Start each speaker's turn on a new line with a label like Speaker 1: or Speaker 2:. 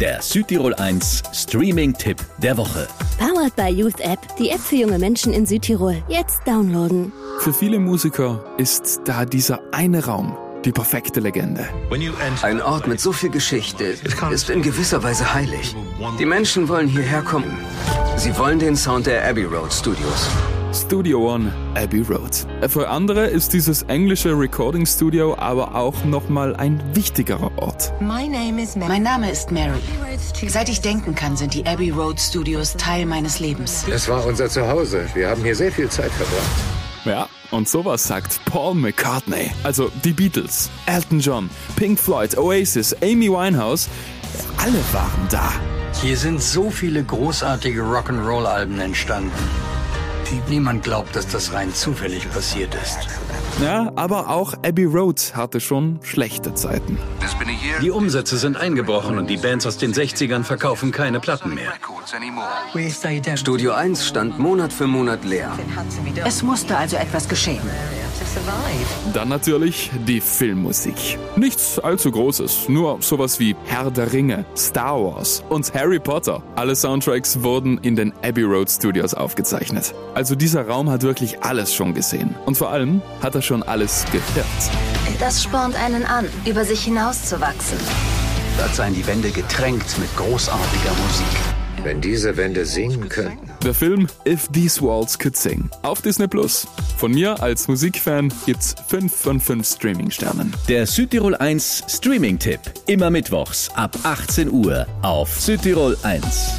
Speaker 1: Der Südtirol 1 Streaming-Tipp der Woche.
Speaker 2: Powered by Youth App, die App für junge Menschen in Südtirol. Jetzt downloaden.
Speaker 3: Für viele Musiker ist da dieser eine Raum die perfekte Legende.
Speaker 4: Ein Ort mit so viel Geschichte ist in gewisser Weise heilig. Die Menschen wollen hierher kommen. Sie wollen den Sound der Abbey Road Studios.
Speaker 3: Studio One, Abbey Road. Für andere ist dieses englische Recording Studio aber auch nochmal ein wichtigerer Ort.
Speaker 5: Mein Name ist
Speaker 6: Mein Name ist Mary. Seit ich denken kann, sind die Abbey Road Studios Teil meines Lebens.
Speaker 7: Es war unser Zuhause. Wir haben hier sehr viel Zeit verbracht.
Speaker 3: Ja, und sowas sagt Paul McCartney. Also die Beatles, Elton John, Pink Floyd, Oasis, Amy Winehouse, alle waren da.
Speaker 8: Hier sind so viele großartige Rock'n'Roll-Alben entstanden. Niemand glaubt, dass das rein zufällig passiert ist.
Speaker 3: Ja, aber auch Abbey Road hatte schon schlechte Zeiten.
Speaker 9: Die Umsätze sind eingebrochen und die Bands aus den 60ern verkaufen keine Platten mehr.
Speaker 4: Studio 1 stand Monat für Monat leer.
Speaker 6: Es musste also etwas geschehen.
Speaker 3: Dann natürlich die Filmmusik. Nichts allzu Großes, nur sowas wie Herr der Ringe, Star Wars und Harry Potter. Alle Soundtracks wurden in den Abbey Road Studios aufgezeichnet. Also dieser Raum hat wirklich alles schon gesehen. Und vor allem hat er schon alles gehört.
Speaker 10: Das spornt einen an, über sich hinauszuwachsen.
Speaker 8: Dort seien die Wände getränkt mit großartiger Musik.
Speaker 7: Wenn diese Wände singen könnten.
Speaker 3: Der Film If These Walls Could Sing auf Disney Plus. Von mir als Musikfan gibt's 5 von 5 Streaming-Sternen.
Speaker 1: Der Südtirol 1 Streaming-Tipp. Immer mittwochs ab 18 Uhr auf Südtirol 1.